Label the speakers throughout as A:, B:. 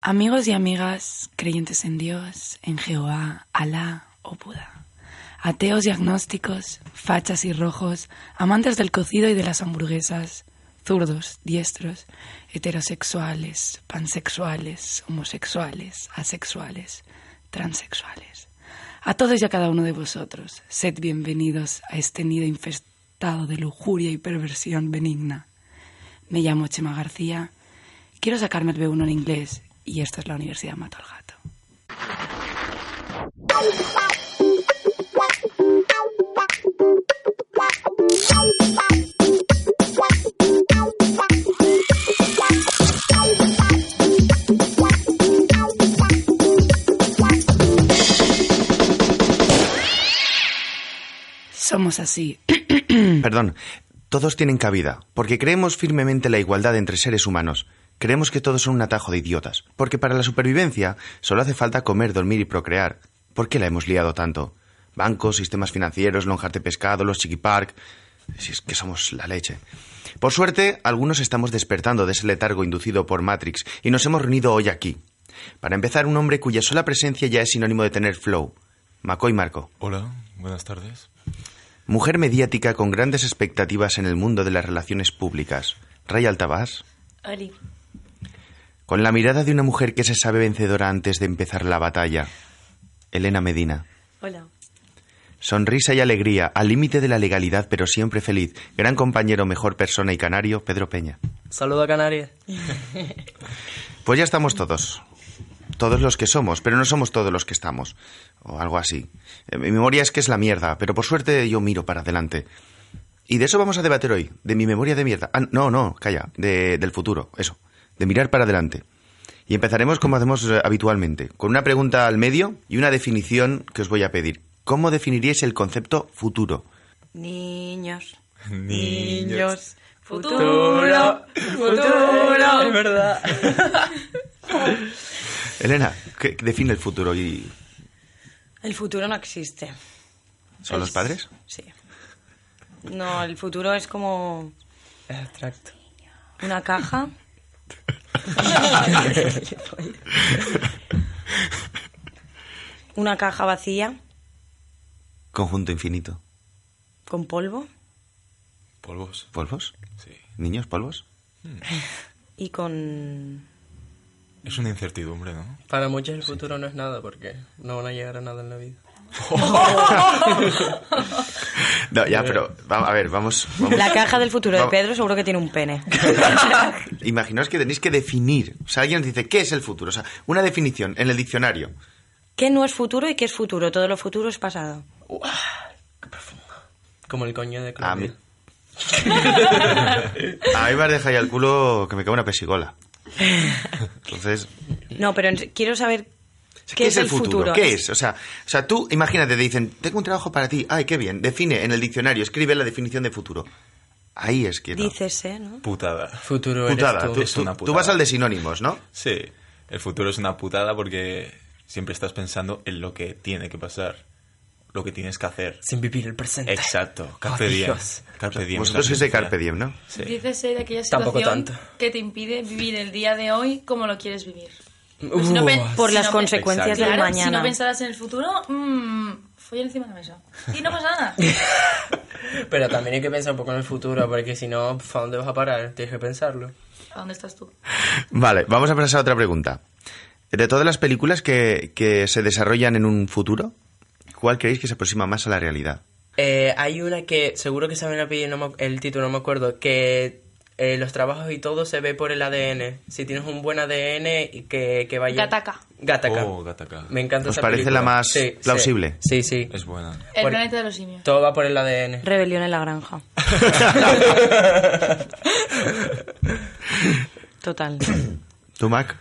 A: Amigos y amigas, creyentes en Dios, en Jehová, Alá o Buda, ateos y agnósticos, fachas y rojos, amantes del cocido y de las hamburguesas zurdos, diestros, heterosexuales, pansexuales, homosexuales, asexuales, transexuales. A todos y a cada uno de vosotros, sed bienvenidos a este nido infestado de lujuria y perversión benigna. Me llamo Chema García, quiero sacarme el B1 en inglés y esta es la Universidad Mato al Gato. Somos así.
B: Perdón, todos tienen cabida, porque creemos firmemente la igualdad entre seres humanos. Creemos que todos son un atajo de idiotas, porque para la supervivencia solo hace falta comer, dormir y procrear. ¿Por qué la hemos liado tanto? Bancos, sistemas financieros, lonjas de pescado, los chiquipark. Si es que somos la leche. Por suerte, algunos estamos despertando de ese letargo inducido por Matrix y nos hemos reunido hoy aquí. Para empezar, un hombre cuya sola presencia ya es sinónimo de tener flow. Macoy Marco.
C: Hola, buenas tardes.
B: Mujer mediática con grandes expectativas en el mundo de las relaciones públicas. Ray Altabás.
D: Oli.
B: Con la mirada de una mujer que se sabe vencedora antes de empezar la batalla. Elena Medina.
D: Hola.
B: Sonrisa y alegría, al límite de la legalidad pero siempre feliz. Gran compañero, mejor persona y canario, Pedro Peña.
E: Saludo a Canarias.
B: Pues ya estamos todos. Todos los que somos, pero no somos todos los que estamos. O algo así. Eh, Mi memoria es que es la mierda, pero por suerte yo miro para adelante. Y de eso vamos a debatir hoy, de mi memoria de mierda. Ah, no, no, calla, de- del futuro, eso, de mirar para adelante. Y empezaremos como hacemos eh, habitualmente, con una pregunta al medio y una definición que os voy a pedir. ¿Cómo definiríais el concepto futuro?
D: Niños.
C: Niños.
D: Futuro. Futuro.
E: Es verdad.
B: Elena, ¿qué define el futuro? ¿Y
D: El futuro no existe.
B: ¿Son los
D: Es-
B: padres?
D: Sí. No, el futuro es como
E: Es abstracto.
D: una caja. una caja vacía
B: Conjunto infinito.
D: con polvo
C: Polvos.
B: ¿Polvos?
C: Sí.
B: ¿Niños, polvos?
D: y con
C: Es una incertidumbre, ¿no?
E: Para muchos el futuro no es nada porque no van a llegar a nada en la vida.
B: No,
E: Eh.
B: ya, pero va- a ver, vamos. vamos.
D: la caja del futuro de
B: Vamos.
D: Pedro seguro que tiene un pene.
B: Imaginaos que tenéis que definir. O sea, alguien os dice, ¿qué es el futuro? O sea, una definición en el diccionario.
D: ¿Qué no es futuro y qué es futuro? Todo lo futuro es pasado.
E: Como el coño de
B: A mí.
E: Claudia.
B: A mí Ah, me has dejado ya el culo que me cae una pesigola. Entonces,
D: No, pero en- quiero saber
B: ¿qué,
D: qué,
B: es el futuro? ¿Qué es? O sea, o sea, tú imagínate, te dicen, tengo un trabajo para ti. Ay, qué bien. Define en el diccionario, escribe la definición de futuro. Ahí es que. no.
D: Dícese, ¿no?
C: Putada.
E: Futuro eres
B: Putada.
E: tú.
B: Tú,
C: Es una
B: tú- tú
C: putada.
B: vas al de sinónimos, ¿no?
C: Sí. El futuro es una putada porque siempre estás pensando en lo que tiene que pasar. Lo que tienes que hacer.
E: Sin vivir el presente.
C: Exacto. Carpe
E: Oh,
C: diem.
E: Dios.
C: Carpe diem.
B: Vosotros
C: la
B: sois de
C: felicidad.
B: Carpe Diem, ¿no?
C: Sí.
F: Dícese de aquella
E: Tampoco
F: situación
E: tanto.
F: que te impide vivir el día de hoy como lo quieres vivir. Pues si no
E: Uh,
F: pe-
D: Por
F: si
D: las
F: no pe-
D: consecuencias
C: Exacto.
D: del
F: Claro, si
D: mañana.
F: no pensaras en el futuro, mmm, fui encima de la mesa. Y no pasa nada.
E: Pero también hay que pensar un poco en el futuro porque si no, pf, ¿a dónde vas a parar? Tienes que pensarlo.
F: ¿A dónde estás tú?
B: Vale, vamos a pasar a otra pregunta. De todas las películas que, que se desarrollan en un futuro, ¿cuál creéis que se aproxima más a la realidad?
E: Eh, hay una que seguro que saben el, apellido, no me ac- el título, no me acuerdo, que eh, los trabajos y todo se ve por el ADN. Si tienes un buen ADN y que, que vaya...
F: Gattaca.
E: Gataca.
C: Oh, Gattaca.
E: Me encanta
B: ¿Os
E: esa
B: parece
E: película.
B: la más
E: Sí, sí.
B: plausible?
E: Sí, sí.
C: Es buena.
F: El
E: Por-
F: planeta de los simios.
E: Todo va por el ADN.
D: Rebelión en la granja. Total.
B: ¿Tú, Mac?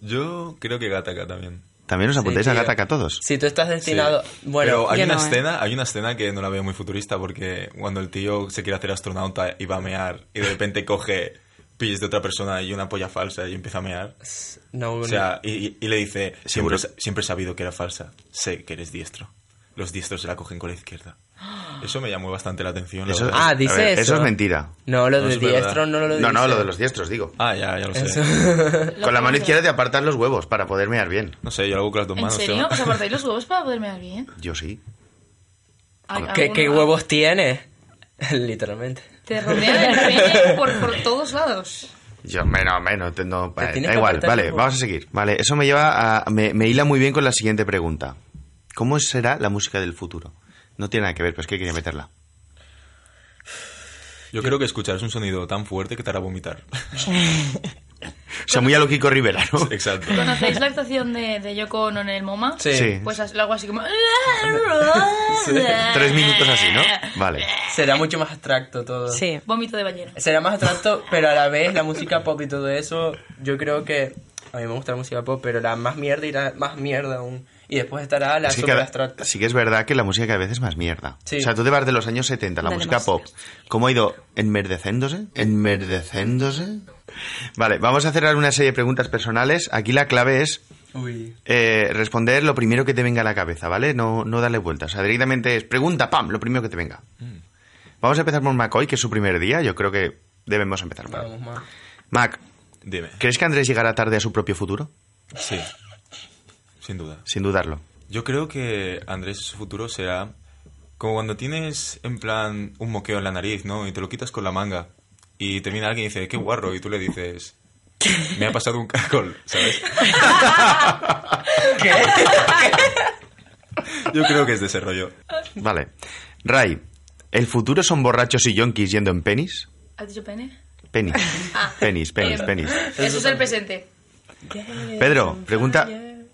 C: Yo creo que Gataca también.
B: También os apuntáis a
E: tío.
B: Gataca todos.
E: Si tú estás
C: Sí.
E: destinado... Bueno,
C: Pero hay
D: yo
C: una
D: no, ¿eh?
C: escena, hay una escena que no la veo muy futurista porque cuando el tío se quiere hacer astronauta y va a mear y de repente coge pis de otra persona y una polla falsa y empieza a mear.
E: eh. no,
C: O
E: no.
C: sea, y, y- y le dice,
B: Seguro.
C: siempre, sa- siempre he sabido que era falsa, sé que eres diestro. Los diestros se la cogen con la izquierda. Eso me llamó bastante la atención. la
B: Eso-
C: verdad.
E: Ah,
B: a
E: dice
B: ver,
E: eso.
B: es mentira.
E: no, lo
C: no
E: de
C: es verdad.
E: diestro no lo
B: No, no,
E: dice.
B: lo de los diestros, digo.
C: Ah, ya, ya lo sé.
E: Eso.
B: Con la mano izquierda te apartas los huevos para poder mear bien.
C: No sé, yo lo hago con las dos
F: ¿En
C: manos.
F: serio?
C: tío.
F: ¿Os apartáis los huevos para poder mear bien?
B: Yo sí.
F: Ay,
E: ¿Qué,
F: alguno-
E: qué huevos tienes? Literalmente.
F: Te rodean el pene por, por todos lados.
B: Yo menos, menos, te- no,
E: Te
B: eh,
E: tienes
B: da
E: que
B: igual,
E: apretar
B: vale,
E: los
B: vamos a seguir. Vale, eso me lleva a, me, me hila muy bien con la siguiente pregunta. ¿Cómo será la música del futuro? No tiene nada que ver, pero es que quería meterla.
C: Yo creo que escucharás un sonido tan fuerte que te hará vomitar.
B: O sea, muy a lo Kiko Rivera, ¿no?
C: Exacto.
F: ¿Conocéis la actuación de, de Yoko Ono en el MoMA?
E: Sí.
B: Sí.
F: Pues as- lo hago así como...
B: Tres minutos así, ¿no? Vale.
E: Será mucho más abstracto todo.
D: Sí.
F: Vómito de ballena.
E: Será más abstracto, pero a la vez la música pop y todo eso, yo creo que... A mí me gusta la música pop, pero la más mierda irá más mierda aún. Y después estará la
B: Es que
E: super
B: cada-
E: abstracta.
B: sí que es verdad que la música cada vez es más mierda.
E: Sí.
B: O sea, tú te vas de los años 70, la
D: Dale
B: música
D: más.
B: pop, ¿cómo ha ido enmerdeciéndose? ¿Enmerdeciéndose? Vale, vamos a hacer ahora una serie de preguntas personales. Aquí la clave es
E: Uy.
B: eh, responder lo primero que te venga a la cabeza, ¿vale? No, no darle vueltas. O sea, directamente es pregunta, pam, lo primero que te venga. Vamos a empezar por McCoy, que es su primer día. Yo creo que debemos empezar por
E: Vamos, más.
B: Mac,
C: Dime.
B: ¿crees que Andrés llegará tarde a su propio futuro?
C: Sí. Sin duda.
B: Sin dudarlo.
C: Yo creo que Andrés su futuro será como cuando tienes en plan un moqueo en la nariz, ¿no? Y te lo quitas con la manga y te viene alguien y dice, qué guarro, y tú le dices, me ha pasado un caracol, ¿sabes? Yo creo que es de ese rollo.
B: Vale. Ray, ¿el futuro son borrachos y yonkis yendo en penis?
F: ¿Has dicho pene?
B: Penis. Penis, penis,
F: Eh,
B: penis.
F: Eso es el presente.
B: Pedro, pregunta,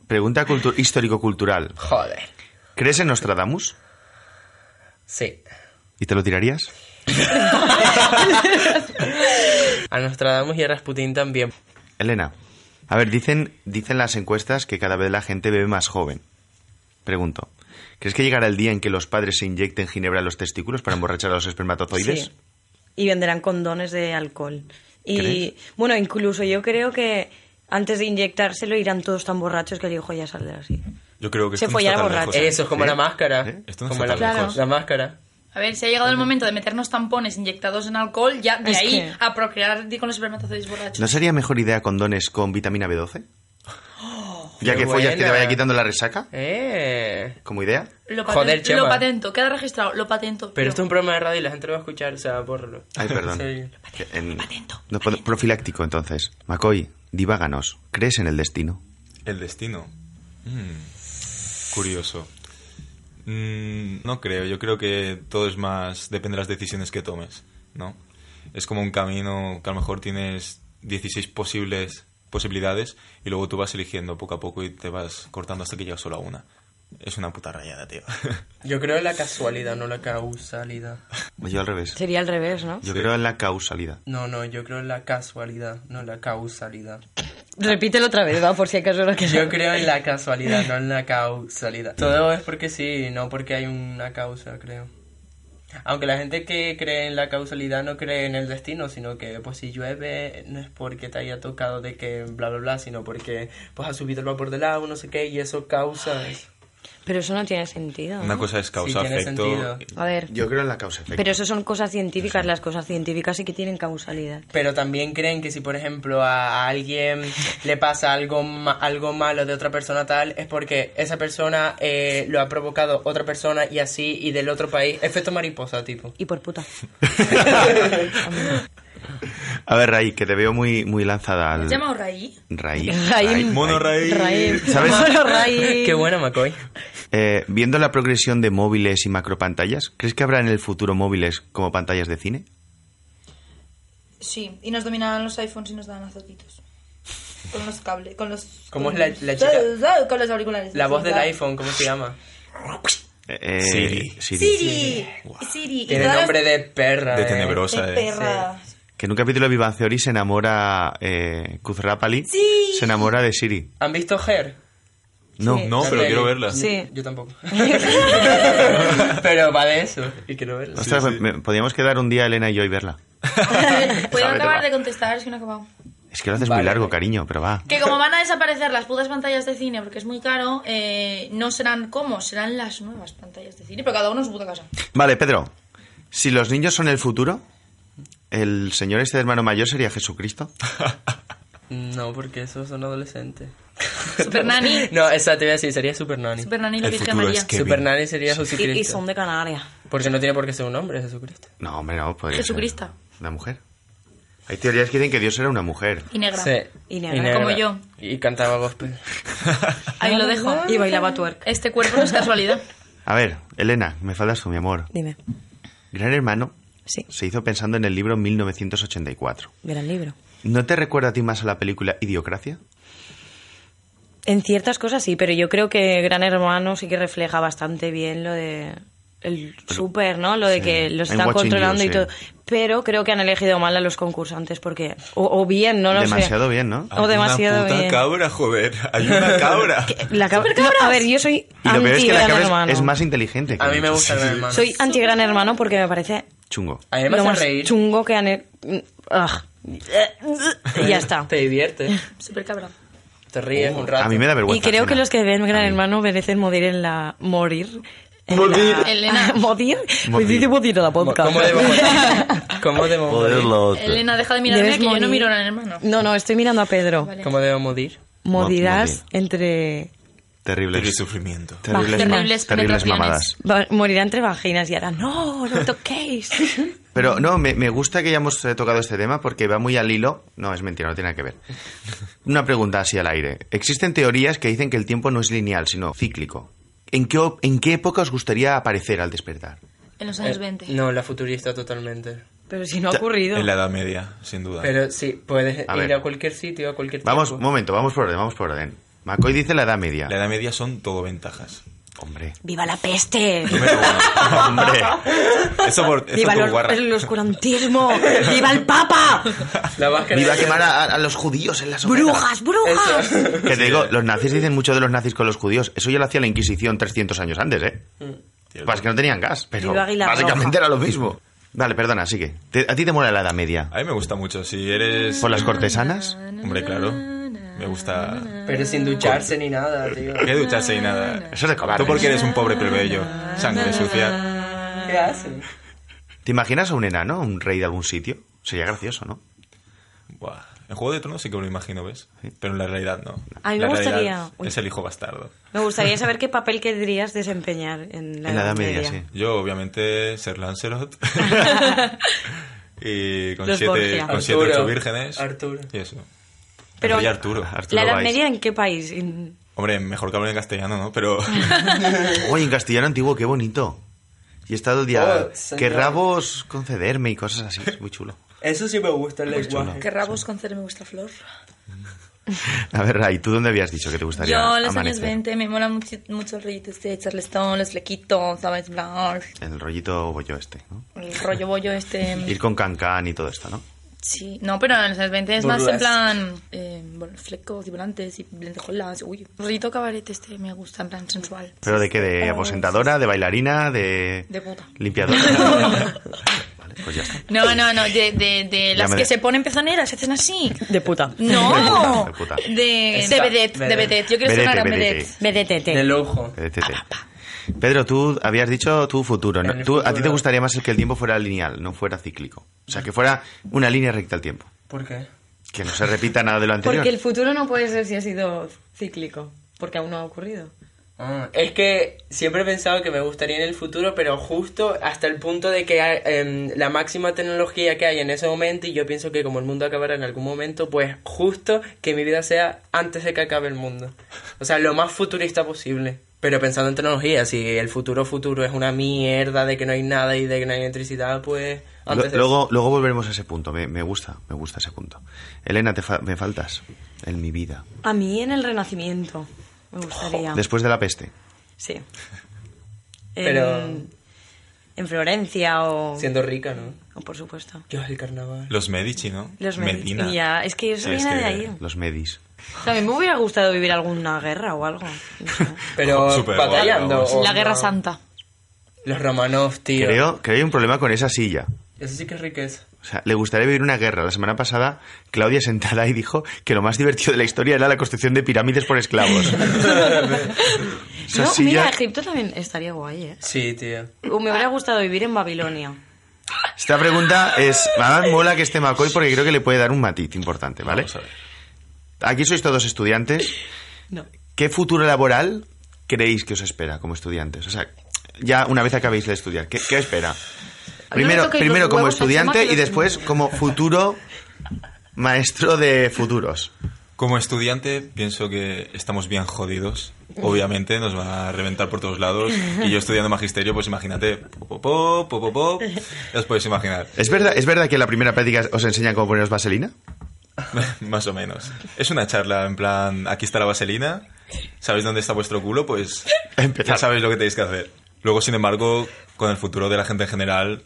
B: pregunta cultu- histórico-cultural.
E: Joder.
B: ¿Crees en Nostradamus?
E: Sí.
B: ¿Y te lo tirarías?
E: A Nostradamus y a Rasputin también.
B: Elena, a ver, dicen, dicen las encuestas que cada vez la gente bebe más joven. Pregunto, ¿crees que llegará el día en que los padres se inyecten ginebra a los testículos para emborrachar a los espermatozoides?
D: Sí. Y venderán condones de alcohol. Y
B: ¿Crees?
D: bueno, incluso yo creo que antes de inyectárselo irán todos tan borrachos que el hijo ya saldrá así.
C: Yo creo que
D: Se
C: esto no está
D: follará
C: tan lejos,
D: borracho.
C: ¿eh?
E: Eso es como
B: ¿Eh?
E: la máscara.
B: ¿Eh?
C: Esto no
E: como
C: está
E: la,
C: tan
D: lejos.
E: la máscara.
F: A ver, si ha llegado el momento de meternos tampones inyectados en alcohol, ya de
D: Es
F: ahí
D: que-
F: a procrear con los espermatozoides borrachos.
B: ¿No sería mejor idea condones con vitamina B12? ya
E: qué
B: que follas que te vaya
E: buena.
B: quitando la resaca,
E: Eh.
B: como idea.
F: Lo, paten-
E: Joder, Chema.
F: lo patento, queda registrado, lo patento.
E: Pero
F: Lo-
E: esto es un programa de radio y la gente lo va a escuchar, o sea, bórralo.
B: Ay, perdón.
E: Sí.
B: En- no, pro- profiláctico, entonces. Macoy, diváganos. ¿Crees en el destino?
C: El destino. Mm, curioso. Mm, no creo, yo creo que todo es más, depende de las decisiones que tomes, ¿no? Es como un camino que a lo mejor tienes 16 posibles posibilidades y luego tú vas eligiendo poco a poco y te vas cortando hasta que llegas solo a una. Es una puta rayada, tío.
E: Yo creo en la casualidad, no la causalidad.
B: Pues Yo al revés.
D: Sería al revés, ¿no?
B: Yo creo en la causalidad.
E: No, no, yo creo en la casualidad, no la causalidad.
D: Repítelo otra vez, va, por si acaso lo que
E: Yo creo en la casualidad, no en la causalidad. Todo es porque sí, no porque hay una causa, creo. Aunque la gente que cree en la causalidad no cree en el destino, sino que pues si llueve no es porque te haya tocado de que bla bla bla, sino porque pues ha subido el vapor del agua, no sé qué, y eso causa... eso.
D: Pero eso no tiene sentido.
C: Una cosa es
E: Sí, tiene
C: causa-efecto.
E: sentido.
D: A ver,
B: Yo creo en la causa
D: pero eso son cosas científicas, las cosas científicas sí que tienen causalidad.
E: Pero también creen que si, por ejemplo, a a alguien le pasa algo, ma- algo malo de otra persona tal, es porque esa persona eh, lo ha provocado otra persona y así, y del otro país. Efecto mariposa, tipo.
D: Y por puta.
B: A ver, Raí, que te veo muy, muy lanzada al...
F: ¿Se llama Raí?
B: Raí.
D: Raí.
C: Mono Raí.
D: Raíz.
B: ¿Sabes?
D: Bueno, raíz.
E: Qué buena, Macoy.
B: Eh, viendo la progresión de móviles y macropantallas, ¿crees que habrá en el futuro móviles como pantallas de cine?
F: Sí, y nos dominaban los iPhones y nos daban azotitos. Con los cables, con los...
E: ¿Cómo
F: con
E: es la-
F: los-
E: la chica?
F: Con los auriculares.
E: La voz del
F: Sí,
E: iPhone, ¿cómo se llama?
B: Eh,
C: Siri.
F: Siri. Siri. Y
E: Tiene
F: todas
E: nombre
F: las-
E: de perra.
C: De
E: eh.
C: tenebrosa,
F: de
C: eh.
F: perra.
B: Que en un capítulo de Vivan Theory se enamora eh, Kuzrapali.
D: Sí.
B: Se enamora de Siri.
E: ¿Han visto Her?
B: No.
D: Sí.
C: No,
E: La
C: pero
E: peli.
C: quiero verla.
D: Sí.
E: Yo tampoco. Pero va de eso. Y quiero
C: Ah,
E: verla.
B: Ostras, me- podríamos quedar un día Elena y yo y verla.
F: Puedo
B: Sabe, te va.
F: acabar de contestar, es que no he acabado.
B: Es que lo haces
E: Vale.
B: muy largo, cariño, pero va.
F: Que como van a desaparecer las putas pantallas de cine porque es muy caro, eh, no serán como, serán las nuevas pantallas de cine, pero cada uno en su puta casa.
B: Vale, Pedro. Si los niños son el futuro, el señor este de hermano mayor sería Jesucristo.
E: No, porque esos son adolescentes.
F: Super Nani.
E: No, esa te voy a decir, sería Super Nani.
F: Super Nani y la
C: El
F: Virgen
C: futuro
F: María.
C: es que
E: Super Nani sería
D: Y, y
E: Jesucristo.
D: son de Canarias.
E: Porque no tiene por qué ser un hombre, Jesucristo.
B: No, hombre, no. podría ser
F: Jesucristo.
B: Una mujer. Hay teorías que dicen que Dios era una mujer.
F: Y negra.
E: Sí.
D: Y negra.
F: Como yo.
E: Y cantaba pues. gospel.
F: Ahí lo dejo.
D: Y bailaba twerk.
F: Este cuerpo no es casualidad.
B: A ver, Elena, me faltas tú, mi amor.
D: Dime.
B: Gran Hermano
D: Sí.
B: se hizo pensando en el libro 1984.
D: Gran libro.
B: ¿No te recuerda a ti más a la película Idiocracia?
D: En ciertas cosas sí, pero yo creo que Gran Hermano sí que refleja bastante bien lo de el súper, ¿no? Lo de
B: sí.
D: que los
B: I'm
D: están
B: watching
D: controlando
B: you,
D: y
B: sí.
D: todo. Pero creo que han elegido mal a los concursantes porque o, o bien, no lo
B: Demasiado
D: sé. Ah,
B: bien, ¿no?
D: O demasiado
C: Hay una puta
D: bien.
C: cabra, joder. Hay una cabra.
D: La cabra. No, a ver, yo soy
B: Y lo peor es
D: anti
B: que la
D: Gran
B: cabra
D: Hermano.
B: es, es más inteligente. que
E: A mí me
B: muchos.
E: gusta Gran Hermano.
D: Soy anti Gran Hermano porque me parece
B: Chungo.
E: A mí me
D: lo
E: hace
D: más
E: reír.
D: chungo que han he- Ugh. Y ya está.
E: Te divierte.
F: Super cabrón.
E: Te ríes un rato.
B: Oh, A mí me da
D: Y
B: vergüenza.
D: creo que
B: ajena.
D: los que ven
B: A
D: Gran
B: mí.
D: Hermano merecen morir en la... Morir. en
E: Morir.
D: la-
F: Elena.
D: morir. Pues
B: Morir.
D: dice morir a la
E: Mo-
D: podcast.
E: ¿Cómo debo morir? ¿Cómo debo morir?
F: Elena, deja de mirarme
D: Debes
F: que yo no
D: morir.
F: miro a Gran hermano.
D: No, no, estoy mirando a Pedro.
F: Vale.
E: ¿Cómo debo morir?
B: Morir.
D: Morirás entre...
B: Terribles.
C: Terrible sufrimiento.
B: Terribles,
F: Terribles
B: terribles, terribles
F: penetraciones.
B: mamadas.
D: va- Morirá entre vaginas y ahora, no, no toquéis.
B: Pero no, me, me gusta que hayamos eh, tocado este tema porque va muy al hilo. No, es mentira, no tiene nada que ver. Una pregunta así al aire. Existen teorías que dicen que el tiempo no es lineal, sino cíclico. ¿En qué, o- en qué época os gustaría aparecer al despertar?
F: En los años
E: Eh,
F: 20.
E: No, la futurista totalmente.
D: Pero si no ha ocurrido.
C: En la Edad Media, sin duda.
E: Pero sí, puedes
B: A
E: ir
B: ver.
E: a cualquier sitio, a cualquier
B: Vamos, un
E: tiempo.
B: momento, vamos por orden, vamos por orden. McCoy dice la Edad Media.
C: La Edad Media son todo ventajas.
B: Hombre,
D: ¡Viva la peste!
C: Número uno.
B: hombre.
C: Eso por eso
D: ¡Viva
C: por
D: el,
C: guarra.
D: el oscurantismo! ¡Viva el papa!
E: La máscara
B: Viva a
E: de-
B: quemar a, a los judíos en las hogueras.
D: ¡Brujas, brujas!
E: Eso.
B: Que te digo, los nazis dicen mucho de los nazis con los judíos. Eso ya lo hacía la Inquisición 300 años antes, ¿eh?
C: Cierto.
B: Pues que no tenían gas, pero
D: Viva Águila
B: básicamente
D: Roja.
B: era lo mismo. Vale, perdona, sigue. Te- a ti te mola la Edad Media.
C: A mí me gusta mucho. Si eres.
B: ¿Por las cortesanas?
C: Hombre, claro. Me gusta.
E: Pero sin ducharse ni nada, tío.
C: Que ducharse y nada.
B: Eso es de cobardes.
C: Tú porque eres
D: Ah.
C: un pobre plebeyo. Sangre sucia.
E: ¿Qué hacen?
B: ¿Te imaginas a un enano, a un rey de algún sitio? Sería gracioso, ¿no?
C: Buah. En Juego de Tronos sí que me lo imagino, ¿ves? Pero en la realidad no.
D: A mí me
C: La realidad
D: gustaría- Uy.
C: Es el hijo bastardo.
D: Me gustaría saber qué papel querrías desempeñar en la,
B: en la Edad Media, sí.
C: Yo, obviamente, ser Lancelot. y con
D: Los
C: siete,
D: Borgia.
C: con siete
E: Arturo.
C: ocho vírgenes.
E: Arturo.
C: Y eso.
D: Pero-
C: Rey Arturo.
B: Arturo
D: ¿La Edad
B: Valls.
D: Media en qué país? En-
C: Hombre, mejor que hablen en castellano, ¿no? Pero.
B: Oye, en castellano antiguo, qué bonito. Y he estado el día...
E: Oh, señor.
B: qué rabos concederme y cosas así. Es muy chulo.
E: Eso sí me gusta el lenguaje.
F: Que rabos concederme vuestra flor.
B: A ver, Ray, ¿tú dónde habías dicho que te gustaría
F: Yo, los años
B: amanecer?
F: 20, me mola mucho, mucho el rollito este de Charleston, los flequitos, ¿sabes? Bla,
B: El rollito bollo este, ¿no?
F: el rollo bollo este.
B: Ir con cancán y todo esto, ¿no?
F: Sí, no, pero en los años 20 es más en
E: Burlesque.
F: plan. eh, bueno, flecos y volantes y lentejolas. Uy, rollito cabaret este me gusta, en plan sensual.
B: ¿Pero de qué?
D: Eh,
B: ¿De aposentadora? ¿De bailarina? ¿De,
F: De puta.
B: limpiadora? vale, pues ya está.
F: No, no, no, de, de, de las
B: me
F: que
B: de-
F: se ponen pezoneras, se hacen así.
D: De puta.
F: No,
B: De puta, de puta.
F: de, de,
E: Esa-
F: vedette, de
E: vedette.
F: vedette. Yo quiero ser
B: Vedete,
F: una gran
B: vedete.
F: vedette.
E: De
D: BDTT.
E: lujo.
B: Vete, vete. Pedro, tú habías dicho tu futuro. ¿no?
E: En el
B: Tú- A ti te
E: futuro.
B: gustaría más el que el tiempo fuera lineal, no fuera cíclico. O sea, que fuera una línea recta al tiempo.
E: ¿Por qué?
B: Que no se repita nada de lo anterior.
D: Porque el futuro no puede ser si ha sido cíclico. Porque aún no ha ocurrido.
E: Ah, es que siempre he pensado que me gustaría en el futuro, pero justo hasta el punto de que hay, em, la máxima tecnología que hay en ese momento, y yo pienso que como el mundo acabará en algún momento, pues justo que mi vida sea antes de que acabe el mundo. O sea, lo más futurista posible. Pero pensando en tecnología, si el futuro futuro es una mierda de que no hay nada y de que no hay electricidad, pues
B: Lo-
E: antes de
B: luego, luego volveremos a ese punto. Me, me gusta, me gusta ese punto. Elena, te fa- me faltas. En mi vida.
D: A mí en el Renacimiento me gustaría.
B: Después de la peste.
D: Sí.
E: Pero-
D: En, en Florencia o...
E: Siendo rica, ¿no?
D: o por supuesto.
E: Dios, el carnaval.
C: Los Medici, ¿no?
D: Los Medici.
C: Medina.
D: Ya, es que eso
C: Sí, es
D: viene de
C: que-
D: ahí.
B: Los medis.
D: También me hubiera gustado vivir alguna guerra o algo. no sé.
E: Pero
C: Jo, súper guay,
E: batallando.
C: vamos.
E: o
G: La Guerra
E: no.
G: Santa.
E: Los Romanov, tío.
B: Creo, creo que hay un problema con esa silla.
E: Eso sí que es riqueza.
B: O sea, le gustaría vivir una guerra. La semana pasada, Claudia sentada y dijo que lo más divertido de la historia era la construcción de pirámides por esclavos. Esa
D: No,
B: silla-
D: mira, Egipto también estaría guay, ¿eh?
E: Sí, tío.
D: O me hubiera gustado vivir en Babilonia.
B: Esta pregunta es... Además, mola que esté Macoy porque creo que le puede dar un matiz importante, ¿vale?
C: Vamos a ver.
B: Aquí sois todos estudiantes. ¿Qué futuro laboral creéis que os espera como estudiantes? O sea, ya una vez acabéis de estudiar, ¿qué, qué os espera?
G: me
B: Primero,
G: toquéis
B: primero
G: los
B: como
G: huevos encima
B: estudiante
G: que los
B: y después como futuro maestro de futuros.
C: Como estudiante, pienso que estamos bien jodidos. Obviamente, nos va a reventar por todos lados. Y yo estudiando magisterio, pues imagínate. Po, po, po, po, po, po. Ya os podéis imaginar.
B: ¿Es verdad, ¿Es verdad que en la primera práctica os enseñan cómo poneros vaselina?
C: Más o menos. Es una charla en plan, aquí está la vaselina, ¿sabéis dónde está vuestro culo? Pues
B: Empezar.
C: ya sabéis lo que tenéis que hacer. Luego, sin embargo, con el futuro de la gente en general,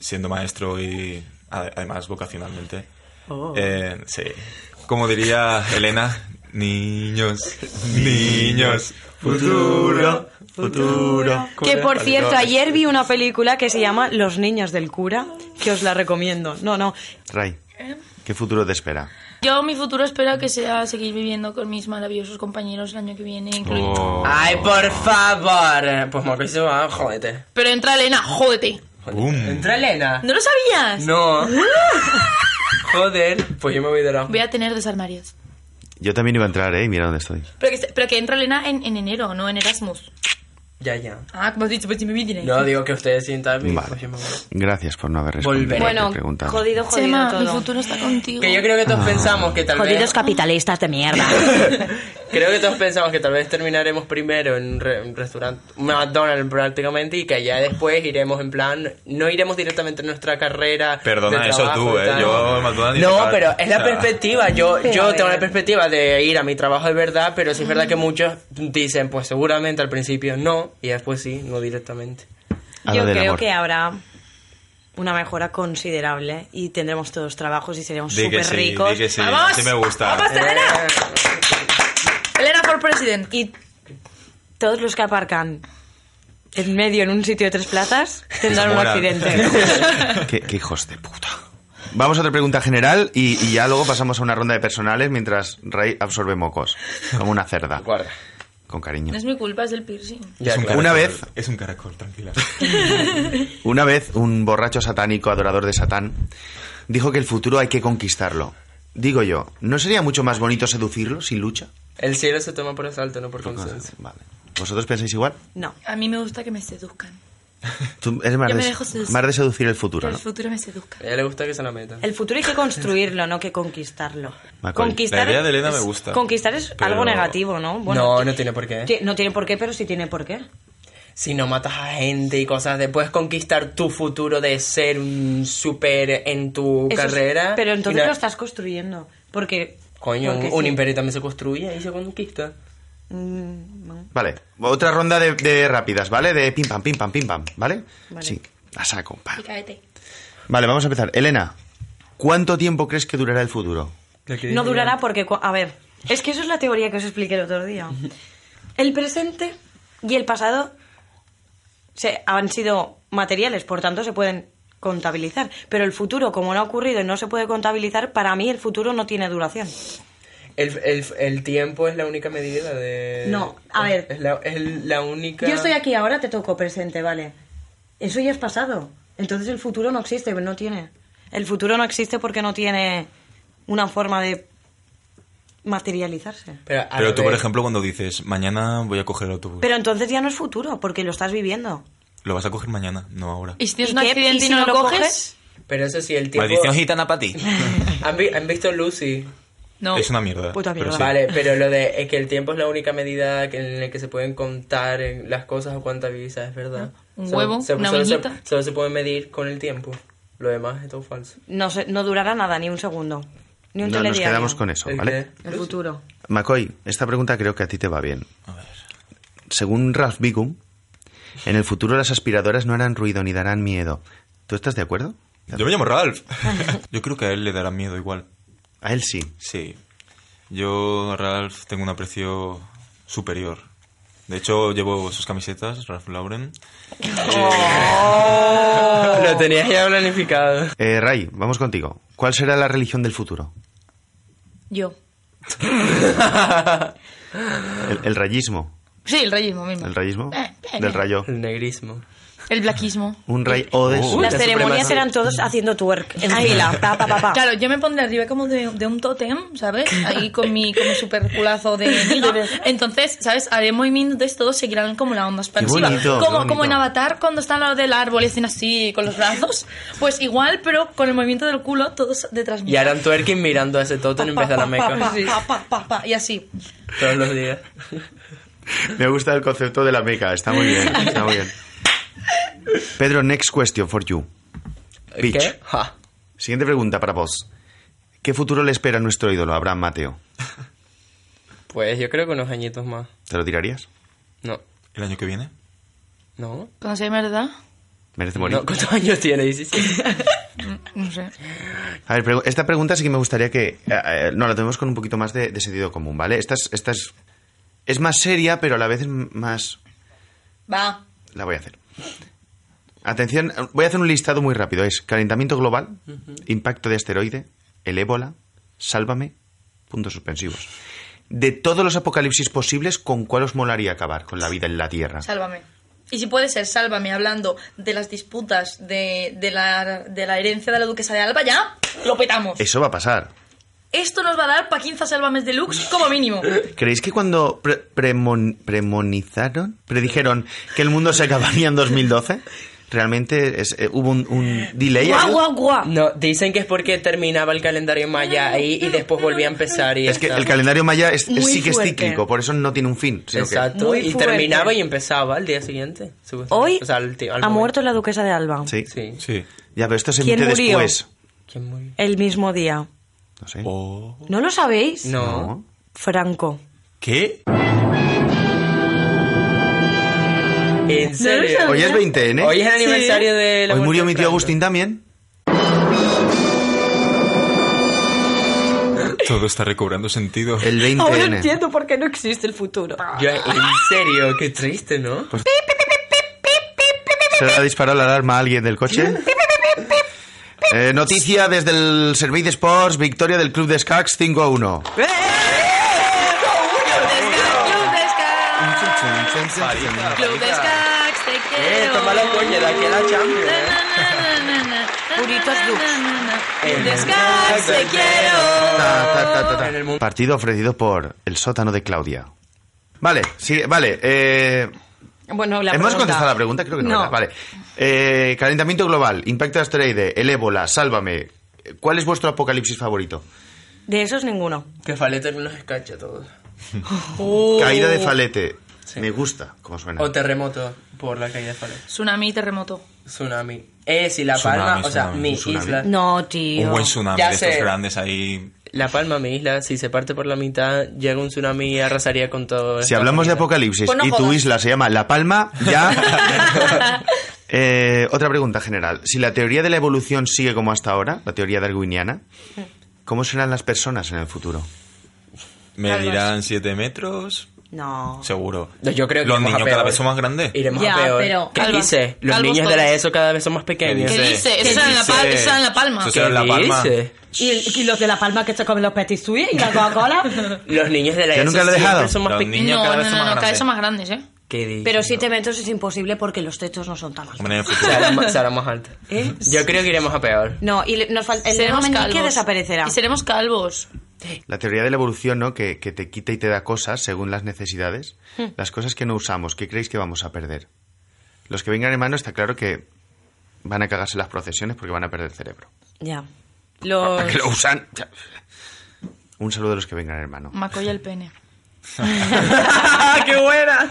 C: siendo maestro y a- además vocacionalmente,
G: Oh.
C: eh, sí. Como diría Elena, niños, niños, futuro, futuro.
D: Que por cierto, ayer vi una película que se llama Los niños del cura, que os la recomiendo. No, no,
B: Ray, ¿qué futuro te espera?
G: Yo mi futuro espero que sea seguir viviendo con mis maravillosos compañeros el año que viene. incluido-
C: Oh,
E: Ay, por favor. Pues Marco se va, jódete.
G: Pero entra Elena, jódete.
C: boom.
E: ¿Entra Elena?
D: ¿No lo sabías?
E: No. Joder, pues yo me voy de la.
G: Voy a tener desarmarios.
B: Yo también iba a entrar, ¿eh? Y Mira dónde estoy.
G: Pero que, se- pero que entra Elena en, en enero, no en Erasmus.
E: Ya, ya.
G: Ah, como has dicho, pues si me vi directo.
E: No, digo que ustedes sientan mi.
B: Vale.
E: Pues yo me voy.
B: Gracias por no haber respondido.
E: Volveré.
B: a mi
D: Bueno,
B: pregunta.
D: jodido, jodido
G: Chema, mi
D: todo.
G: futuro está contigo.
E: Que yo creo que
C: Ah.
E: todos pensamos que tal vez.
D: Jodidos capitalistas de mierda.
E: Creo que todos pensamos que tal vez terminaremos primero en un, re- un restaurante, un McDonald's prácticamente, y que ya después iremos en plan. No iremos directamente a nuestra carrera.
C: Perdona,
E: de
C: eso
E: trabajo
C: tú,
E: y
C: ¿eh?
E: tal.
C: Yo, en McDonald's ni
E: No,
C: tocar.
E: pero es
C: O
E: la
C: sea,
E: perspectiva. Yo,
D: Pero a
E: yo tengo
D: ver.
E: la perspectiva de ir a mi trabajo de verdad, pero sí es verdad que muchos dicen, pues seguramente al principio no, y después sí, no directamente.
B: A lo
D: Yo
B: del
D: creo
B: amor.
D: que habrá una mejora considerable y tendremos todos trabajos y seremos
C: Di que
D: súper
C: sí,
D: ricos.
C: di que sí,
G: ¡Vamos!
C: sí me gusta.
G: ¡Vamos,
B: Eh.
G: Elena! Elena for president.
D: Y todos los que aparcan en medio en un sitio de tres plazas tendrán un
C: mueran.
D: accidente.
B: ¿Qué, qué hijos de puta. Vamos a otra pregunta general y, y ya luego pasamos a una ronda de personales mientras Ray absorbe mocos. Como una cerda.
E: Guarda.
B: Con cariño.
G: No es mi culpa, es el piercing.
E: Ya,
C: es un
E: claro.
B: Una
C: caracol,
B: vez-
C: Es un caracol, tranquila.
B: Una vez un borracho satánico, adorador de Satán, dijo que el futuro hay que conquistarlo. Digo yo, ¿no sería mucho más bonito seducirlo sin lucha?
E: El cielo se toma por asalto, no por consenso.
B: Vale. ¿Vosotros pensáis igual?
D: no.
G: A mí me gusta que me seduzcan.
B: Tú eres más,
G: Yo me
B: de,
G: dejo seducir.
B: más de seducir el
G: Que
B: futuro,
G: el
B: ¿no?
G: futuro me seduzca.
E: A ella le gusta que se la metan.
D: El futuro hay que construirlo, no que conquistarlo.
B: Macoy.
D: Conquistar
C: La idea de Elena
D: es-
C: me gusta,
D: Conquistar es
C: pero- eh.
D: algo negativo, ¿no?
E: no, no tiene por qué.
D: que- no tiene por qué, pero sí tiene por qué.
E: Si no matas a gente y cosas, de, puedes conquistar tu futuro de ser un súper en tu
D: Eso es-
E: carrera.
D: pero entonces
E: Y
D: lo
E: no-
D: estás construyendo. Porque.
E: Coño, un,
D: porque
E: un
D: sí.
E: imperio también se construye y se conquista.
D: Mm, no.
B: Vale. Otra ronda de, de rápidas, ¿vale? De pim pam, pim pam, pim pam, ¿vale?
D: Vale.
B: Sí. A saco, pa.
G: Y cállate.
B: Vale, vamos a empezar. Elena, ¿cuánto tiempo crees que durará el futuro?
D: No durará porque, cua- a ver, es que eso es la teoría que os expliqué el otro día. El presente y el pasado se han sido materiales, por tanto se pueden contabilizar. Pero el futuro, como no ha ocurrido y no se puede contabilizar, para mí el futuro no tiene duración.
E: El, el, el tiempo es la única medida de.
D: No, a ver.
E: Es la, es la única.
D: Yo estoy aquí ahora, te toco presente, vale. Eso ya es pasado. Entonces el futuro no existe, no tiene. El futuro no existe porque no tiene una forma de materializarse.
E: Pero, al
C: Pero tú, por
E: revés.
C: ejemplo, cuando dices, mañana voy a coger el autobús,
D: Pero entonces ya no es futuro, porque lo estás viviendo.
C: lo vas a coger mañana, no ahora.
G: ¿Y si tienes
D: ¿Y
G: un
D: qué?
G: accidente
D: ¿Y
G: y
D: si
G: no
D: no
G: lo
D: lo
G: coges?
D: coges?
E: Pero eso sí, el tiempo.
C: Maldición gitana para ti.
E: ¿Han, vi- han visto Lucy?
G: No.
C: Es una mierda.
D: Puta
C: pero
B: Pues
D: mierda.
C: sí.
E: Vale, pero lo de es que el tiempo es la única medida que- en la que se pueden contar en las cosas o cuantabilizar, es verdad.
G: Ah, Un
E: Solo-
G: huevo,
E: se-
G: una
E: solo se-
G: oveñita.
E: solo se puede medir con el tiempo. Lo demás es todo falso.
D: No, se- no durará nada, ni un segundo. Ni un
B: No, nos
D: telediario.
B: quedamos con eso,
E: ¿El
B: ¿vale?
E: qué?
D: El futuro.
B: Macoy, esta pregunta creo que a ti te va bien.
C: A ver.
B: Según Ralph Bigum, En el futuro las aspiradoras no harán ruido ni darán miedo. ¿Tú estás de acuerdo?
C: Yo me llamo Ralph. Yo creo que a él le dará miedo igual.
B: A él sí.
C: Sí. Yo a Ralph tengo un aprecio superior. De hecho, llevo sus camisetas, Ralph Lauren.
G: Oh.
E: Lo tenías ya planificado.
B: Eh, Ray, vamos contigo. ¿Cuál será la religión del futuro?
F: Yo.
B: El, el rayismo.
F: Sí, el rayismo mismo.
B: ¿El rayismo?
F: Eh, eh,
B: Del
F: eh.
B: rayo.
E: El negrismo.
F: El blaquismo.
B: Un ray o de su-
D: Las
E: la
D: ceremonias
E: supremacía.
D: eran todos haciendo twerk en fila. Pa, pa,
G: Ah.
D: pa, pa.
F: Claro, yo me pondré arriba como de, de un tótem, ¿sabes? Ahí con mi, con mi super culazo de niño. Entonces, ¿sabes? Haré movimientos, entonces todos seguirán como la onda expansiva.
B: bonito, qué
F: como,
B: bonito.
F: como en Avatar, cuando están al lado del árbol y hacen así con los brazos. Pues igual, pero con el movimiento del culo, todos detrás mío.
E: Y harán twerking mirando a ese totem en vez de la meca.
F: Sí. Pa, pa, pa, pa, y así.
E: Todos los días.
B: Me gusta el concepto de la meca. Está muy bien. Está muy bien. Pedro, next question for you. Bitch.
E: ¿Qué? Ja.
B: Siguiente pregunta para vos. ¿Qué futuro le espera a nuestro ídolo, Abraham Mateo?
E: Pues yo creo que unos añitos más.
B: ¿Te lo tirarías?
E: No.
C: ¿El año que viene?
E: ¿No?
F: Cuando sea Pues verdad,
B: Merece morir.
E: no ¿Cuántos años tiene? 17.
F: no sé.
B: A ver, pregu- esta pregunta sí que me gustaría que... eh, eh, no, la tomemos con un poquito más de, de sentido común, ¿vale? Esta es, esta es, es más seria, pero a la vez es m- más...
F: Va.
B: La voy a hacer. Atención, voy a hacer un listado muy rápido. Es calentamiento global, impacto de asteroide, el ébola, sálvame, puntos suspensivos. De todos los apocalipsis posibles, ¿con cuál os molaría acabar con la vida en la Tierra?
F: Sálvame. Y si puede ser, sálvame hablando de las disputas de, de, la, de la herencia de la duquesa de Alba, ya lo petamos.
B: Eso va a pasar.
F: Esto nos va a dar para 15 sálvames deluxe como mínimo.
B: ¿Creéis que cuando pre- premon- premonizaron, predijeron que el mundo se acabaría en 2012, realmente es- eh, hubo un, un delay?
D: Guau,
B: ahí?
D: guau, guau.
E: No, dicen que es porque terminaba el calendario maya ahí y después volvía a empezar y
B: Es que
E: está.
B: el calendario maya es- es-
D: Muy
B: sí que es
D: fuerte.
B: cíclico, por eso no tiene un fin. sino que-
E: Exacto,
D: Muy
E: y
D: fuerte.
E: terminaba y empezaba al día siguiente. supuestamente.
D: Hoy
E: O sea, al ti- al
D: ha
E: momento.
D: muerto la duquesa de Alba.
B: Sí.
E: Sí.
C: Sí.
B: Ya, pero esto se
D: ¿Quién
B: emite
D: murió?
B: después.
E: ¿Quién murió?
D: El mismo día.
B: No sé.
C: Oh.
D: ¿No lo sabéis?
E: No.
D: Franco.
C: ¿Qué?
E: ¿En serio?
F: sabía.
B: Hoy es 20, ¿eh?
E: Hoy es el aniversario de la
B: Hoy
E: muerte
B: murió
E: de
B: mi tío
E: Franco.
B: Agustín también.
C: Todo está recobrando sentido.
B: El 20
D: Ahora
B: N.
D: entiendo por qué no existe el futuro.
E: Yo- en serio, qué triste, ¿no?
B: Se le ha disparado la alarma a alguien del coche. Eh, noticia desde el Service de Sports, victoria del Club de Scax 5 a 1.
F: Club Descax, Club Descax, te
E: Eh,
F: quiero.
E: toma la coña, de aquí a la Champions, eh.
D: Puritos Dux.
E: Eh,
F: Club Descax, te quiero.
B: Ta, ta, ta, ta, ta.
E: En el mundo.
B: Partido ofrecido por el sótano de Claudia. Vale, sí, vale. eh,
D: Bueno, la
B: ¿Hemos
D: pregunta.
B: contestado la pregunta? Creo que no.
D: No.
B: ¿verdad? Vale. Eh, calentamiento global, impacto de asteroide, el ébola, sálvame. ¿Cuál es vuestro apocalipsis favorito?
D: De esos ninguno.
E: Que Falete nos escacha todo.
B: Caída de falete. Me gusta como suena.
E: O terremoto por la caída de Falete.
F: Tsunami, terremoto.
E: Tsunami. Eh, si La
C: Tsunami,
E: Palma, o sea,
C: tsunami,
E: mi
C: un tsunami.
E: isla.
D: No, tío.
C: Un buen tsunami
E: Ya
C: de estos
E: sé.
C: grandes ahí.
E: La Palma, mi isla, si se parte por la mitad, llega un tsunami y arrasaría con todo.
B: Si hablamos de apocalipsis
F: Pues no
B: y tu
F: jodas.
B: isla se llama La Palma, ya... Eh, otra pregunta general. Si la teoría de la evolución sigue como hasta ahora, la teoría darwiniana, ¿cómo serán las personas en el futuro?
C: Medirán 7 metros,
D: No.
C: seguro.
E: No, yo creo que
C: Los
E: vamos a
C: niños cada
E: peor.
C: vez son más grandes.
E: Iremos
D: Ya,
E: a peor.
D: pero-
E: ¿Qué
F: Calvos.
E: dice? Los
F: Calvos
E: niños de la
F: todos.
E: ESO cada vez son más pequeños.
F: ¿Qué dice? Eso era en La Palma. Eso era en La Palma.
C: Eso era en La Palma.
E: dice?
D: ¿Y, el- y los de La Palma que se comen los petit suisse y la Coca-Cola.
E: Los niños de la
B: Yo
E: ESO
B: nunca lo he
E: siempre
B: dejado.
E: son más
C: Los
E: pequeños.
C: niños
F: no,
C: cada vez
F: no,
C: son
F: no,
C: más
F: no, cada
C: grandes.
F: vez son más grandes, ¿eh?
E: ¿Qué dice?
D: Pero siete metros es imposible porque los techos no son tan altos.
C: Hombre, en el futuro.
E: Será más, será más alto.
D: ¿Eh?
E: Yo creo que iremos a peor.
D: No, y le- nos falta el dedo
F: Seremos
D: meñique
F: calvos.
D: desaparecerá.
F: Y seremos calvos.
B: La teoría de la evolución, ¿no? Que, que te quita y te da cosas según las necesidades.
E: Hmm.
B: Las cosas que no usamos, ¿qué creéis que vamos a perder? Los que vengan en mano está claro que van a cagarse las procesiones porque van a perder cerebro.
D: Ya. Los...
B: ¿Para qué lo
E: Pues-
B: usan? Un saludo a los que vengan en mano.
E: Hmm.
F: Macoya el pene.
E: ¡Qué buena!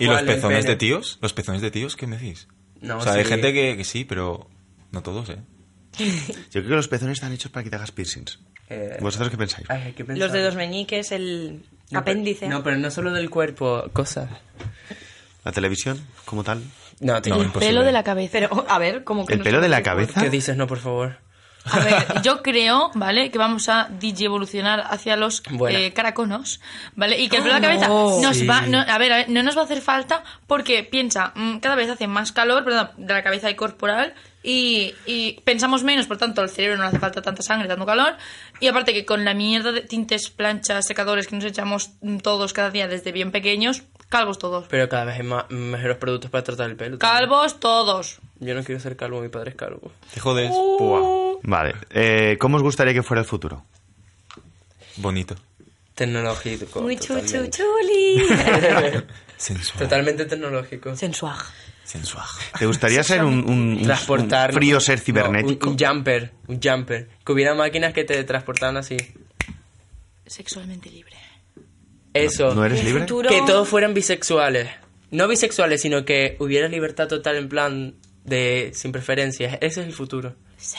C: ¿Y los
E: ¿Cuál es,
C: pezones
E: Pere?
C: de tíos? ¿Los pezones de tíos qué me decís?
E: No,
C: o sea, hay
E: sí.
C: gente que, que sí, pero no todos, ¿eh?
B: Yo creo que los pezones están hechos para que te hagas piercings.
E: Eh,
B: ¿Vosotros qué pensáis?
E: ay, hay que pensar.
D: los dedos meñiques, el
E: No, pero-
D: apéndice.
E: No, pero no solo del cuerpo, cosas.
B: ¿La televisión como tal?
E: No, tío.
C: No,
H: el
C: imposible.
H: pelo de la cabeza.
D: Pero, a ver, como que
B: ¿El
D: no
B: pelo
D: sé
B: de la
D: qué-
B: cabeza?
E: ¿Qué dices? No, por favor.
F: A ver, yo creo, ¿vale? Que vamos a digievolucionar hacia los
E: Buena.
F: eh, caraconos, ¿vale? Y que el pelo de la cabeza
D: Oh, no.
F: nos
E: Sí.
F: va... no- a, ver, a ver, no nos va a hacer falta porque piensa, mm, cada vez hace más calor, perdón, de la cabeza y corporal, y, y pensamos menos, por tanto, al cerebro no le hace falta tanta sangre, tanto calor, y aparte que con la mierda de tintes, planchas, secadores que nos echamos mm, todos cada día desde bien pequeños, calvos todos.
E: Pero cada vez hay más, mejores productos para tratar el pelo. también.
F: Calvos todos.
E: Yo no quiero ser calvo, mi padre es calvo.
C: Te jodes.
B: Vale. Eh, ¿Cómo os gustaría que fuera el futuro?
C: Bonito.
E: Tecnológico.
D: Muy chu, chu,
E: totalmente.
D: chuli.
C: Sensual.
E: Totalmente tecnológico.
D: Sensuaj.
B: Pues
C: Sensual.
B: ¿Te gustaría ser un, un- un-
E: Transportar.
B: un frío ser
E: no,
B: cibernético?
E: un, un jumper. Un jumper. Que hubiera máquinas que te transportaran así.
F: Sexualmente libre.
E: Eso.
B: ¿No eres
D: El
B: libre?
D: futuro-
E: Que todos fueran bisexuales. No bisexuales, sino que hubiera libertad total en plan de sin preferencias. Ese es el futuro. Sí.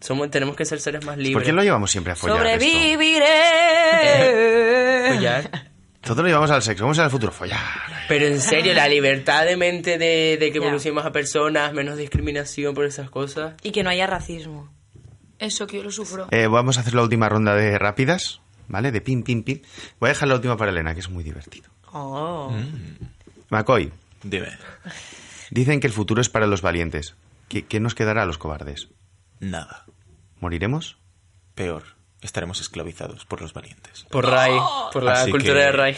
E: Somos, tenemos que ser seres más libres.
B: ¿Por qué lo llevamos siempre a follar? esto?
D: Sobreviviré.
E: Pues ya.
B: Todo lo llevamos al sexo. Vamos al futuro. Follar.
E: Pero en serio, la libertad de mente de, de que evolucionemos a personas, menos discriminación por esas cosas.
D: Y que no haya racismo.
F: Eso que yo lo sufro.
B: Eh, vamos a hacer la última ronda de rápidas. ¿Vale? De pin, pin, pin. Voy a dejar la última para Elena, que es muy divertido. Mm.
D: Oh.
B: McCoy,
C: Dime.
B: dicen que el futuro es para los valientes. ¿Qué, qué nos quedará a los cobardes?
C: Nada.
B: ¿Moriremos?
C: Peor. Estaremos esclavizados por los valientes.
E: Por Rai, por la
C: Así
E: cultura
C: que-
E: de Rai.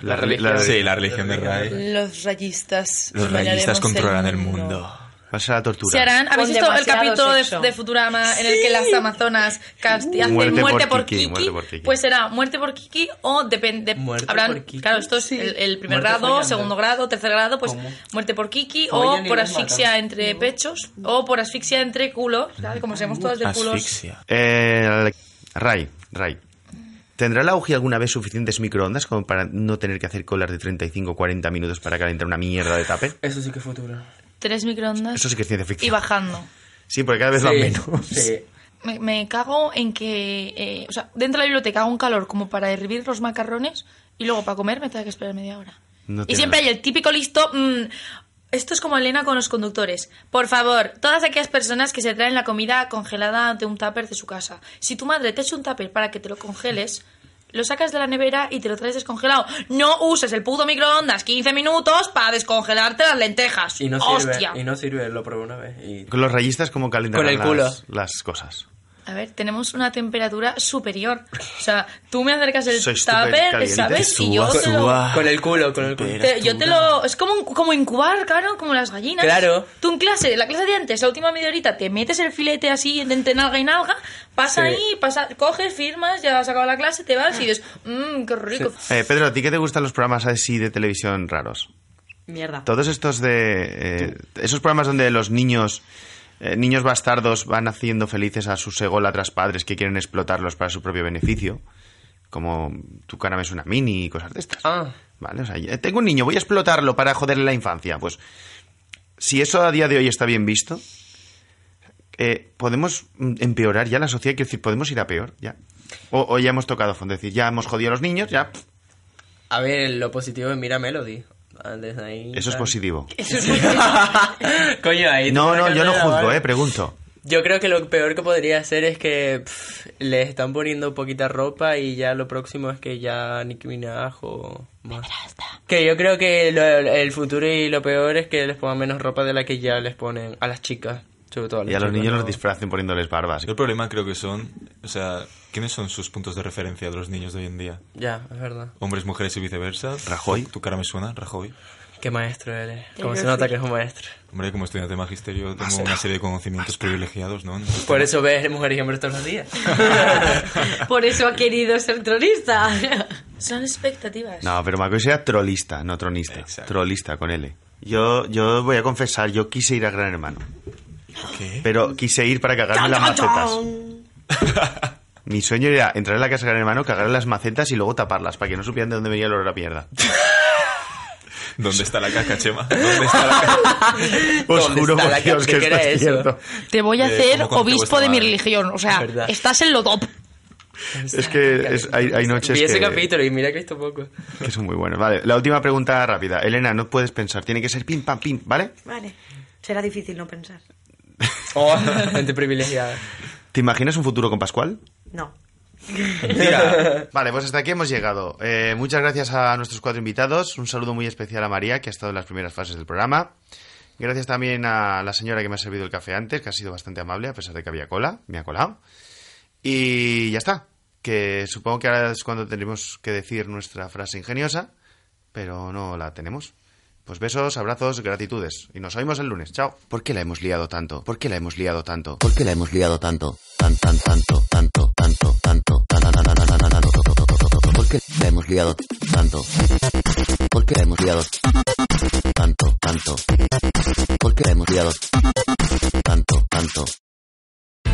B: La reli-
E: religión.
B: la-
C: Sí, la religión de Rai.
I: Los rayistas.
C: Los rayistas controlan el mundo.
B: ¿Cuál será la tortura?
I: Se harán. ¿Habéis
D: Con
I: visto el
D: demasiado
I: capítulo de,
D: sexo.
I: de Futurama en el que las amazonas casti- hacen
B: Muerte
I: muerte,
B: por
I: por,
B: Kiki,
I: Kiki,
B: muerte por Kiki.
I: Pues será muerte por Kiki o depende.
E: Muerte
I: habrán,
E: por Kiki,
I: Claro, esto es
E: sí.
I: el, el primer
E: Muerte
I: grado,
E: follando.
I: segundo grado, tercer grado, pues
E: ¿Cómo?
I: muerte por Kiki
E: Follan
I: o
E: y
I: por
E: los
I: asfixia
E: matan.
I: entre pechos o por asfixia entre culos. ¿sabes? Como seamos todas de culos.
C: Asfixia.
B: Eh, Ray, Ray. ¿Tendrá la UGI alguna vez suficientes microondas como para no tener que hacer colas de 35 o 40 minutos para calentar una mierda de tape?
E: Eso sí que es futuro.
F: Tres microondas
B: Eso sí que es ciencia
F: y
B: ficción.
F: bajando.
B: Sí, porque cada vez van menos.
E: Sí.
F: Me, me cago en que. eh, o sea, dentro de la biblioteca hago un calor como para hervir los macarrones y luego para comer me tengo que esperar media hora.
B: No
F: y
B: tiene
F: siempre
B: nada.
F: hay el típico listo. mm, esto es como Elena con los conductores. Por favor, todas aquellas personas que se traen la comida congelada de un tupper de su casa. Si tu madre te echa un tupper para que te lo congeles, lo sacas de la nevera y te lo traes descongelado. No uses el puto microondas 15 minutos para descongelarte las lentejas.
E: Y no sirve.
F: ¡Hostia!
E: Y no sirve, lo probé una vez. Y...
B: Con los rayistas como calentar
E: Con el culo.
B: las, las cosas.
F: A ver, tenemos una temperatura superior. O sea, tú me acercas el
B: Sois
F: tupper,
B: supercalientes.
F: ¿sabes? Y yo
B: Suba,
F: te lo...
C: Ah,
E: Con el culo, con el culo.
C: pero-
F: te- yo te lo... Es como, como incubar, claro, como las gallinas.
E: Claro.
F: Tú en clase, la clase de antes, la última media horita, te metes el filete así entre nalga y nalga,
E: Sí.
F: pasa
E: Ah.
F: ahí, pasa, coges, firmas, ya has acabado la clase, te vas y dices, mmm, qué rico.
B: Eh, Pedro, ¿a ti qué te gustan los programas así de televisión raros?
D: Mierda.
B: Todos estos de... eh, esos programas donde los niños... eh, niños bastardos van haciendo felices a sus ególatras padres que quieren explotarlos para su propio beneficio. Como tu cara me es una mini y cosas de estas.
E: Ah,
B: Vale, o sea, ya- tengo un niño, voy a explotarlo para joderle la infancia. Pues si eso a día de hoy está bien visto, eh, podemos mm, empeorar ya la sociedad, quiero decir, podemos ir a peor, ya. O, o ya hemos tocado fondo, es decir, ya hemos jodido a los niños, ya. pff,
E: a ver, lo positivo es Mira Melody. Ah, Desde ahí,
B: Eso es
E: tal.
B: positivo.
E: Coño, ahí.
B: No,
E: tiene
B: no,
E: una
B: yo no
E: carrera,
B: juzgo,
E: ¿vale?
B: eh, pregunto.
E: Yo creo que lo peor que podría hacer es que pff, le están poniendo poquita ropa y ya lo próximo es que ya Nicki Minaj o más. Que yo creo que lo- el futuro y lo peor es que les pongan menos ropa de la que ya les ponen a las chicas, sobre todo a, las
B: Y a los
E: chicas,
B: niños
E: ¿no?
B: los disfracen poniéndoles barbas.
C: Yo el problema creo que son, o sea, ¿quiénes son sus puntos de referencia de los niños de hoy en día?
E: Ya, es verdad.
C: Hombres, mujeres y viceversa.
B: Rajoy.
C: Tu cara me suena, Rajoy.
E: Qué maestro eres. Como se nota que es un maestro.
C: Hombre, como estudiante de magisterio tengo una serie de conocimientos privilegiados, ¿no?
E: Por eso ves mujeres y hombres todos los días.
D: Por eso ha querido ser tronista.
F: Son expectativas.
B: No, pero Macoy era trolista, no tronista.
C: Exacto.
B: Trolista con L. Yo, yo voy a confesar, yo quise ir a Gran Hermano.
C: ¿Qué?
B: Pero quise ir para cagarme las macetas. Mi sueño era entrar en la casa de Gran Hermano, cagar en las macetas y luego taparlas para que no supieran de dónde venía el olor a mierda.
C: ¿Dónde está la caca, Chema? ¿Dónde está la caca?
B: Os
E: ¿Dónde
B: juro
E: está
B: por
E: la
B: Dios
E: gente
B: que
E: que
B: esto
E: era
B: es
E: eso?
B: cierto.
F: Te voy
C: Eh,
F: a hacer
C: ¿cómo conoce
F: obispo
C: vuestra
F: de mi
C: madre?
F: religión. O sea,
E: Es verdad.
F: estás en lo top.
B: Es que es- hay, hay noches
E: Vi ese
B: que,
E: capítulo y mira que esto poco.
B: que son muy buenos. Vale, la última pregunta rápida. Elena, no puedes pensar. Tiene que ser pim, pam, pim, ¿vale?
D: Vale. Será difícil no pensar.
E: Oh, gente privilegiada.
B: ¿Te imaginas un futuro con Pascual?
D: No.
B: Mira, vale, pues hasta aquí hemos llegado. Eh, muchas gracias a nuestros cuatro invitados. Un saludo muy especial a María, que ha estado en las primeras fases del programa. Gracias también a la señora que me ha servido el café antes, que ha sido bastante amable, a pesar de que había cola. Me ha colado. Y ya está. Que supongo que ahora es cuando tendremos que decir nuestra frase ingeniosa, pero no la tenemos. Pues besos, abrazos, gratitudes. Y nos oímos el lunes. Chao. ¿Por qué la hemos liado tanto? ¿Por qué la hemos liado tanto?
J: ¿Por qué la hemos liado tanto? Tan, tan, tanto, tanto, tanto, tanto, tan, tan, tan, tan, tan, tan, tanto, tanto, tanto, tanto. ¿Por qué la hemos liado tanto? ¿Por qué la hemos liado tanto, tanto? ¿Por qué la hemos liado tanto, tanto?